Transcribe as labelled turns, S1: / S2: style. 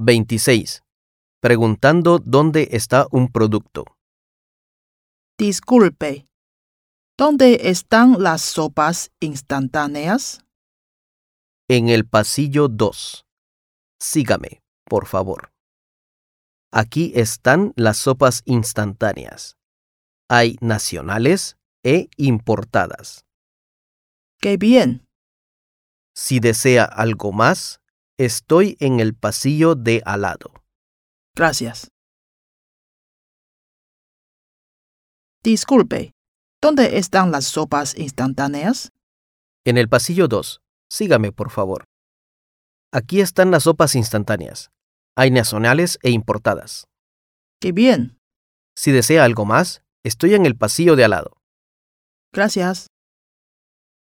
S1: 26. Preguntando dónde está un producto.
S2: Disculpe, ¿dónde están las sopas instantáneas?
S1: En el pasillo 2. Sígame, por favor. Aquí están las sopas instantáneas. Hay nacionales e importadas.
S2: ¡Qué bien!
S1: Si desea algo más, estoy en el pasillo de al lado.
S2: Gracias. Disculpe, ¿dónde están las sopas instantáneas?
S1: En el pasillo 2. Sígame, por favor. Aquí están las sopas instantáneas. Hay nacionales e importadas.
S2: ¡Qué bien!
S1: Si desea algo más, estoy en el pasillo de al lado.
S2: Gracias.